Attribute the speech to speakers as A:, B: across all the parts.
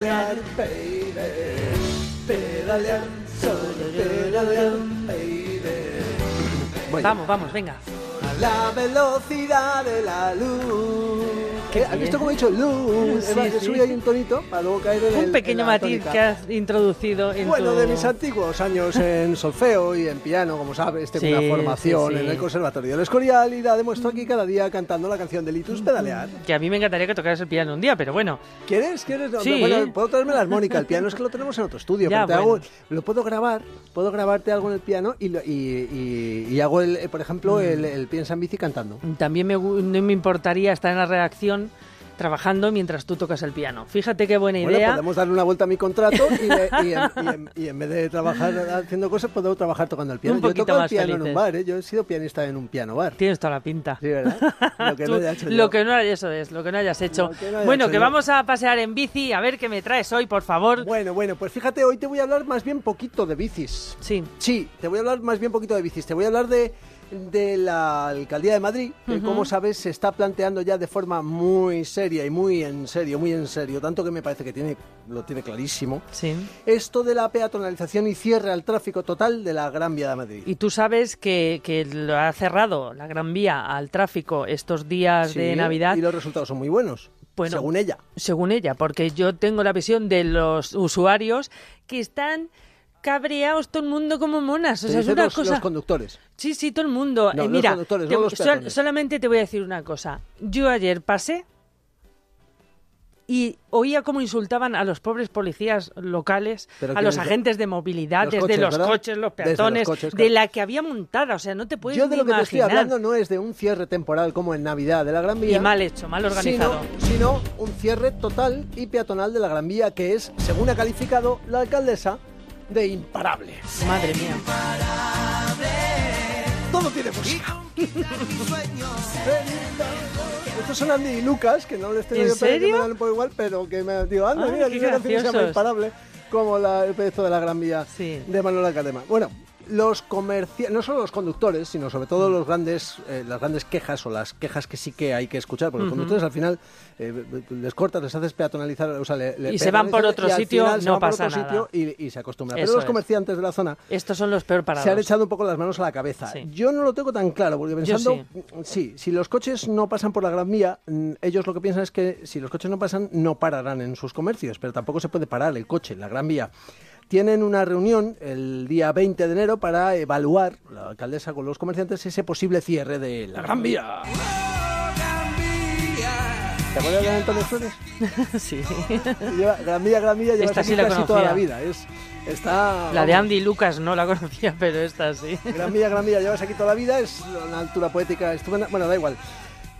A: pedalear, baby. Pedalear, solo pedalear, baby.
B: Vamos, vamos, venga.
A: A la velocidad de la luz.
B: Qué
A: Eh, ¿Has
B: bien.
A: visto cómo he dicho luz?
B: Sí,
A: Además, he
B: sí.
A: subido ahí un tonito para luego caer en el-
B: Un
A: en
B: pequeño
A: la
B: matiz
A: tónica.
B: que has introducido en
A: Bueno,
B: tu-
A: de mis antiguos años en solfeo y en piano, como sabes, tengo
B: Sí,
A: una formación
B: sí, sí.
A: en el Conservatorio del Escorial y la demuestro aquí cada día cantando la canción de Litus Pedalear.
B: Que a mí me encantaría que tocaras el piano un día, pero bueno.
A: ¿Quieres? ¿Quieres? No,
B: Sí.
A: Bueno, puedo traerme la armónica. El piano es que lo tenemos en otro estudio. pero
B: Ya,
A: te
B: bueno.
A: hago- lo puedo grabar, puedo grabarte algo en el piano y, lo- y, y- y hago, el, eh, por
B: Mm.
A: ejemplo, el, el Piensa en Bici cantando.
B: También me, gu- no me importaría estar en la redacción trabajando mientras tú tocas el piano. Fíjate qué buena
A: Bueno,
B: idea.
A: podemos darle una vuelta a mi contrato y, le- y en, y en- y en vez de trabajar haciendo cosas, puedo trabajar tocando el piano.
B: Un
A: Yo
B: poquito
A: toco el
B: más
A: piano en
B: felices.
A: un bar, ¿eh? yo he sido pianista en un piano bar.
B: Tienes toda la pinta.
A: Sí, ¿verdad? Lo que no
B: Tú-
A: haya hecho
B: lo
A: yo.
B: que no hay- eso es, lo que no hayas hecho.
A: Lo que no haya
B: bueno,
A: hecho
B: que
A: yo.
B: vamos a pasear en bici, a ver qué me traes hoy, por favor.
A: Bueno, bueno, pues fíjate, hoy te voy a hablar más bien poquito de bicis.
B: Sí.
A: Sí, te voy a hablar más bien poquito de bicis. Te voy a hablar de, de la alcaldía de Madrid, que como sabes se está planteando ya de forma muy seria y muy en serio, muy en serio, tanto que me parece que tiene, lo tiene clarísimo.
B: Sí.
A: Esto de la peatonalización y cierre al tráfico total de la Gran Vía de Madrid.
B: Y tú sabes que, que lo ha cerrado la Gran Vía al tráfico estos días de
A: Sí,
B: Navidad.
A: Y los resultados son muy buenos,
B: Bueno.
A: según ella.
B: según ella, porque yo tengo la visión de los usuarios que están cabreados todo el mundo como monas. O
A: Te
B: sea, es
A: dicen
B: una
A: los,
B: cosa.
A: los conductores.
B: Sí, sí, todo el mundo.
A: No,
B: Eh,
A: los
B: mira,
A: conductores,
B: te-
A: no los
B: sol-
A: peatones.
B: solamente te voy a decir una cosa. Yo ayer pasé y oía cómo insultaban a los pobres policías locales,
A: Pero
B: a los
A: ¿quiénes?
B: agentes de movilidad,
A: Los
B: desde
A: coches,
B: los
A: ¿verdad?
B: coches, los
A: Desde los
B: peatones,
A: coches,
B: de
A: claro.
B: la que había montada. O sea, no te puedes
A: Yo de
B: ni
A: lo que te estoy
B: imaginar.
A: hablando no es de un cierre temporal como en Navidad de la Gran Vía.
B: Y mal hecho, mal organizado.
A: Sino, sino un cierre total y peatonal de la Gran Vía, que es, según ha calificado la alcaldesa, de imparable.
B: Madre mía.
A: Todo tiene música. Estos son Andy y Lucas, que no les tengo
B: ¿En
A: yo pero que
B: serio?
A: me dan un poco igual, pero que me digo, anda,
B: Ay,
A: mira,
B: qué
A: aquí una canción que se llama
B: graciosos.
A: Imparable, como la- el proyecto de la Gran Vía
B: Sí.
A: de Manuel Cadema. Bueno, los comerciantes, no solo los conductores, sino sobre
B: Mm.
A: todo los grandes, eh, las grandes quejas o las quejas que sí que hay que escuchar, porque los conductores al final eh, les cortas, les haces peatonalizar, o sea, le- le
B: Y se van por
A: peatonalizan
B: otro
A: y al
B: sitio,
A: final se
B: no
A: van por
B: pasa
A: otro
B: nada.
A: sitio y, y se acostumbran. Pero
B: Eso
A: los
B: es.
A: comerciantes de la zona
B: Estos son los peor parados.
A: se han echado un poco las manos a la cabeza.
B: Sí.
A: Yo no lo tengo tan claro, porque pensando, sí. si los coches no pasan por la Gran Vía, mm, ellos lo que piensan es que si los coches no pasan, no pararán en sus comercios, pero tampoco se puede parar el coche en la Gran Vía. Tienen una reunión el día 20 de enero para evaluar, la alcaldesa con los comerciantes, ese posible cierre de la Gran Vía. ¿Te acuerdas de Antonio Flores?
B: sí.
A: Lleva- Gran Vía, Gran Vía, lleva
B: Esta
A: así
B: sí la
A: casi toda la
B: conocía.
A: vida. Es, está,
B: La de
A: vamos,
B: Andy y Lucas no la conocía, pero esta sí.
A: Gran Vía, Gran Vía, llevas aquí toda la vida, es una altura poética estupenda. Bueno, da igual.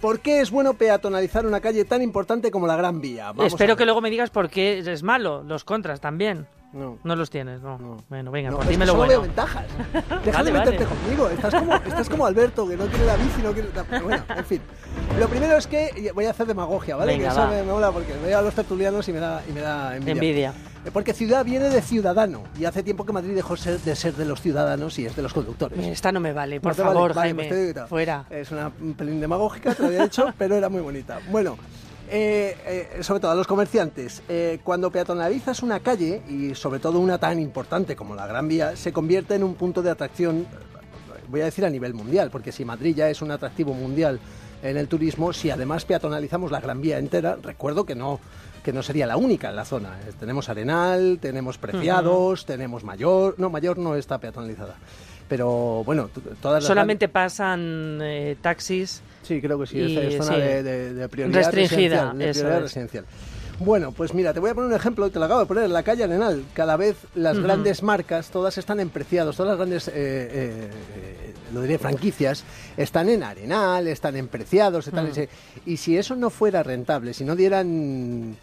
A: ¿Por qué es bueno peatonalizar una calle tan importante como la Gran Vía? Vamos a
B: Espero que
A: ver.
B: luego me digas por qué es malo. Los contras también.
A: No.
B: No los tienes, no.
A: No.
B: Bueno, venga,
A: No,
B: pues
A: es que
B: dímelo
A: solo
B: bueno.
A: veo ventajas. Deja
B: Vale,
A: de
B: vale.
A: meterte conmigo. Estás como, estás como Alberto, que no quiere la bici, no quiere... la- Bueno, en fin. Lo primero es que voy a hacer demagogia, ¿vale?
B: Venga,
A: que eso
B: va.
A: me, me mola porque veo a los tertulianos y me da, y me da
B: Envidia.
A: Eh, Porque ciudad viene de ciudadano. Y hace tiempo que Madrid dejó ser- de ser de los ciudadanos y es de los conductores.
B: Esta no me vale, por
A: No te vale.
B: favor,
A: Vale, pues te
B: Jaime.
A: digo que no.
B: fuera.
A: Es una un pelín demagógica, te lo había dicho, pero era muy bonita. Bueno, eh, eh, sobre todo a los comerciantes. eh, cuando peatonalizas una calle, y sobre todo una tan importante como la Gran Vía, se convierte en un punto de atracción, eh, voy a decir a nivel mundial, porque si Madrid ya es un atractivo mundial en el turismo, si además peatonalizamos la Gran Vía entera, recuerdo que no que no sería la única en la zona. Eh, Tenemos Arenal, tenemos Preciados, tenemos Mayor... No, Mayor no está peatonalizada. Pero bueno, t- todas las...
B: Solamente pasan eh, taxis.
A: Sí, creo que sí,
B: Y,
A: esa es zona
B: sí.
A: de, de- de prioridad
B: Restringida,
A: residencial, de
B: eso
A: prioridad
B: es.
A: residencial. Bueno, pues mira, te voy a poner un ejemplo, te lo acabo de poner, en la calle Arenal. Cada vez las grandes marcas, todas están en Preciados, todas las grandes, eh, eh, eh, lo diré, franquicias, están en Arenal, están en Preciados, están
B: Mm.
A: en ese- Y si eso no fuera rentable, si no dieran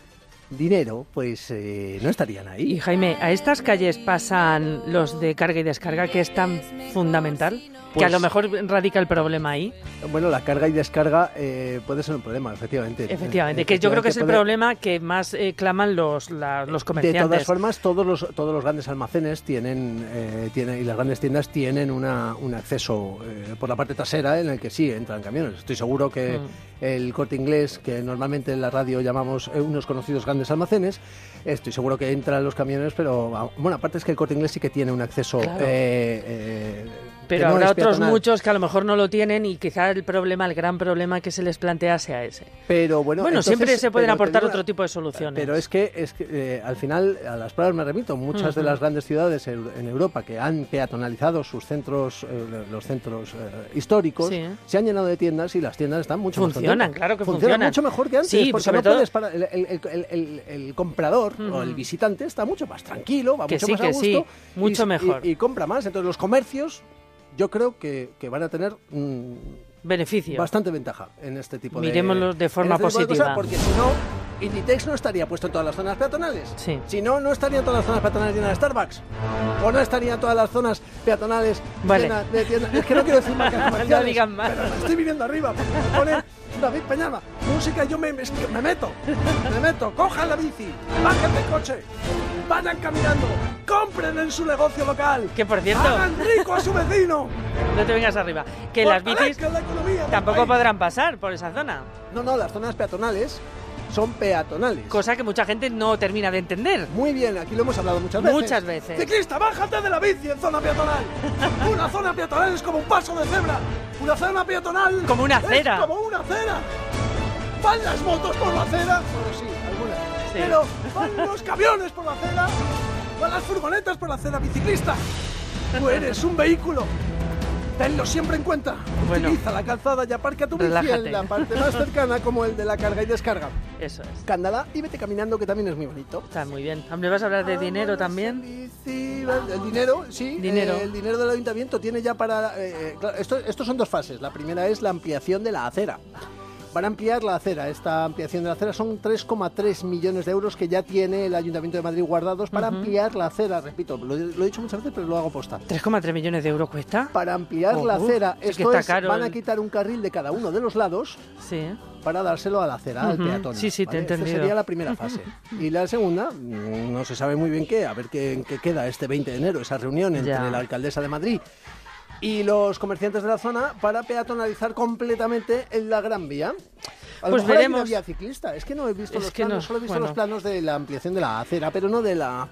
A: dinero, pues eh, no estarían
B: Y
A: ahí.
B: Jaime, a estas calles pasan los de carga y descarga, que es tan fundamental, que a
A: Pues-
B: lo mejor radica el problema ahí.
A: Bueno, la carga y descarga eh, puede ser un problema, efectivamente. Eh,
B: Efectivamente, que yo creo que es el
A: puede-
B: problema que más eh, claman los, la- los
A: De
B: comerciantes.
A: todas formas, todos los, todos los grandes almacenes tienen, eh, tienen- y las grandes tiendas tienen una, un acceso eh, por la parte trasera en el que sí entran camiones. Estoy seguro que
B: Mm.
A: el corte inglés, que normalmente en la radio llamamos eh, unos conocidos grandes almacenes. Estoy seguro que entran los camiones, pero ah, bueno, aparte es que el corte inglés sí que tiene un acceso.
B: Claro.
A: eh, eh, que
B: Pero
A: no
B: habrá
A: es
B: otros
A: peatonal.
B: muchos que a lo mejor no lo tienen y quizá el problema, el gran problema que se les plantea sea ese.
A: Pero bueno,
B: Bueno,
A: entonces-
B: siempre se pueden
A: pero te
B: aportar
A: digo
B: otro
A: una-
B: tipo de soluciones.
A: Pero es que, es que eh, al final a las pruebas me remito. Muchas de
B: Ujú.
A: las grandes ciudades eu- en Europa que han peatonalizado sus centros, eh, los centros eh, históricos,
B: Sí.
A: se han llenado de tiendas y las tiendas están mucho más
B: Funcionan,
A: contentas.
B: claro que funcionan.
A: mucho mejor que antes,
B: Sí,
A: porque
B: sobre
A: no
B: todo-
A: puedes parar- El, el- el- el- el comprador
B: Ujú.
A: o el visitante está mucho más tranquilo, va
B: Que
A: mucho
B: sí,
A: más a
B: que
A: gusto
B: sí,
A: y-
B: mucho
A: y-
B: mejor.
A: Y, compra más. Entonces los comercios, yo creo que, que van a tener mm,
B: Beneficio.
A: bastante ventaja en este tipo de
B: Miremoslo de forma
A: en este tipo de cosas,
B: positiva.
A: porque si no, Inditex no estaría puesto en todas las zonas peatonales.
B: Sí.
A: Si no, no estarían todas las zonas peatonales llenas de Starbucks. O no estarían todas las zonas peatonales
B: Vale.
A: llenas de tiendas. Es que no quiero decir marcas
B: No
A: comerciales.
B: digan más.
A: Pero me estoy viniendo arriba porque me pone David Peñalba. Música, yo me, me, me meto. Me meto. Cojan la bici. Bajen del coche. Vayan caminando. Compren en su negocio local.
B: Que, por cierto-
A: Hagan rico a su vecino.
B: No te vengas arriba. Que las bicis
A: Fortalezcan Pues, la economía del
B: tampoco
A: país.
B: podrán pasar por esa zona.
A: No, no, las zonas peatonales son peatonales.
B: Cosa que mucha gente no termina de entender.
A: Muy bien, aquí lo hemos hablado muchas veces.
B: Muchas veces.
A: Ciclista, bájate de la bici en zona peatonal. una zona peatonal es como un paso de cebra. Una zona peatonal.
B: Como una acera.
A: Es como una acera. Van las motos por la acera. Bueno, sí, algunas.
B: Sí.
A: Pero van los camiones por la acera. Van las furgonetas por la acera. Biciclista, tú eres un vehículo. Tenlo siempre en cuenta.
B: Bueno.
A: Utiliza la calzada y aparca tu bici
B: Relájate.
A: en la parte más cercana, como el de la carga y descarga.
B: Eso es.
A: Escándala y vete caminando, que también es muy bonito.
B: Está muy bien. ¿Me vas a hablar
A: Ah,
B: de dinero también?
A: El dinero, sí.
B: Dinero.
A: eh, el dinero del ayuntamiento tiene ya para... eh, eh, claro, esto, estos son dos fases. La primera es la ampliación de la acera. Van a ampliar la acera. Esta ampliación de la acera son 3,3 millones de euros que ya tiene el Ayuntamiento de Madrid guardados para ampliar la acera. Repito, lo, he- lo he dicho muchas veces, pero lo hago posta.
B: 3,3 millones de euros cuesta.
A: Para ampliar la
B: Ojo,
A: acera,
B: sí que
A: esto
B: está
A: es,
B: caro
A: van a
B: el-
A: quitar un carril de cada uno de los lados
B: Sí. ¿eh?
A: para dárselo a la acera, al
B: Ujú,
A: peatón.
B: sí, sí, te he
A: ¿vale? Esta
B: entendido.
A: sería la primera fase. Y la segunda, mm, no se sabe muy bien qué, a ver qué, en qué queda este 20 de enero, esa reunión entre
B: Ya.
A: la alcaldesa de Madrid y los comerciantes de la zona para peatonalizar completamente en la Gran Vía. A lo mejor hay
B: Pues
A: una
B: veremos.
A: vía ciclista. Es que no he visto
B: Es
A: los
B: que
A: planos,
B: no,
A: solo he visto
B: bueno.
A: los planos de la ampliación de la acera, pero no de la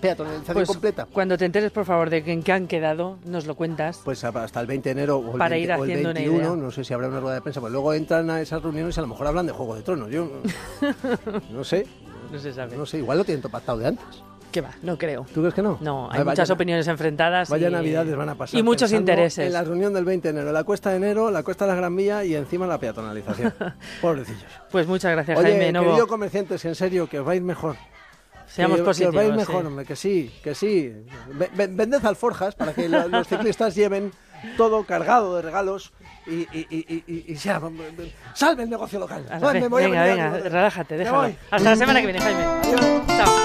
A: peatonalización
B: Pues
A: completa.
B: cuando te enteres, por favor, de en qué han quedado, nos lo cuentas.
A: Pues hasta el 20 de enero o el,
B: Para
A: 20
B: ir
A: o el
B: haciendo una
A: 21,
B: idea.
A: no sé si habrá una rueda de prensa, pues luego entran a esas reuniones y a lo mejor hablan de Juego de Tronos. Yo no sé,
B: No se sabe.
A: Pues, no sé, igual lo tienen todo pactado de antes.
B: ¿Qué va? No creo.
A: ¿Tú crees que no?
B: No,
A: Ay,
B: hay
A: vaya
B: muchas
A: na-
B: opiniones enfrentadas.
A: Vaya
B: y,
A: navidades van a pasar.
B: Y muchos
A: pensando
B: intereses.
A: En la reunión del 20 de enero, la cuesta de enero, la cuesta de la Gran Vía y encima la peatonalización. Pobrecillos.
B: Pues muchas gracias,
A: Oye,
B: Jaime Novo.
A: querido comerciantes, en serio, que os va a ir mejor.
B: Seamos
A: que,
B: positivos.
A: Que os va a ir
B: sí.
A: mejor, hombre, que sí, que sí. Ve- ve- Vended alforjas para que lo- los ciclistas lleven todo cargado de regalos y, y, y, y- y- y sea. Salve el negocio local.
B: A la
A: Ay,
B: vez.
A: me voy a
B: venga,
A: venir
B: venga,
A: arriba.
B: relájate,
A: Me
B: déjalo.
A: voy.
B: Hasta la semana que viene, Jaime. Chao.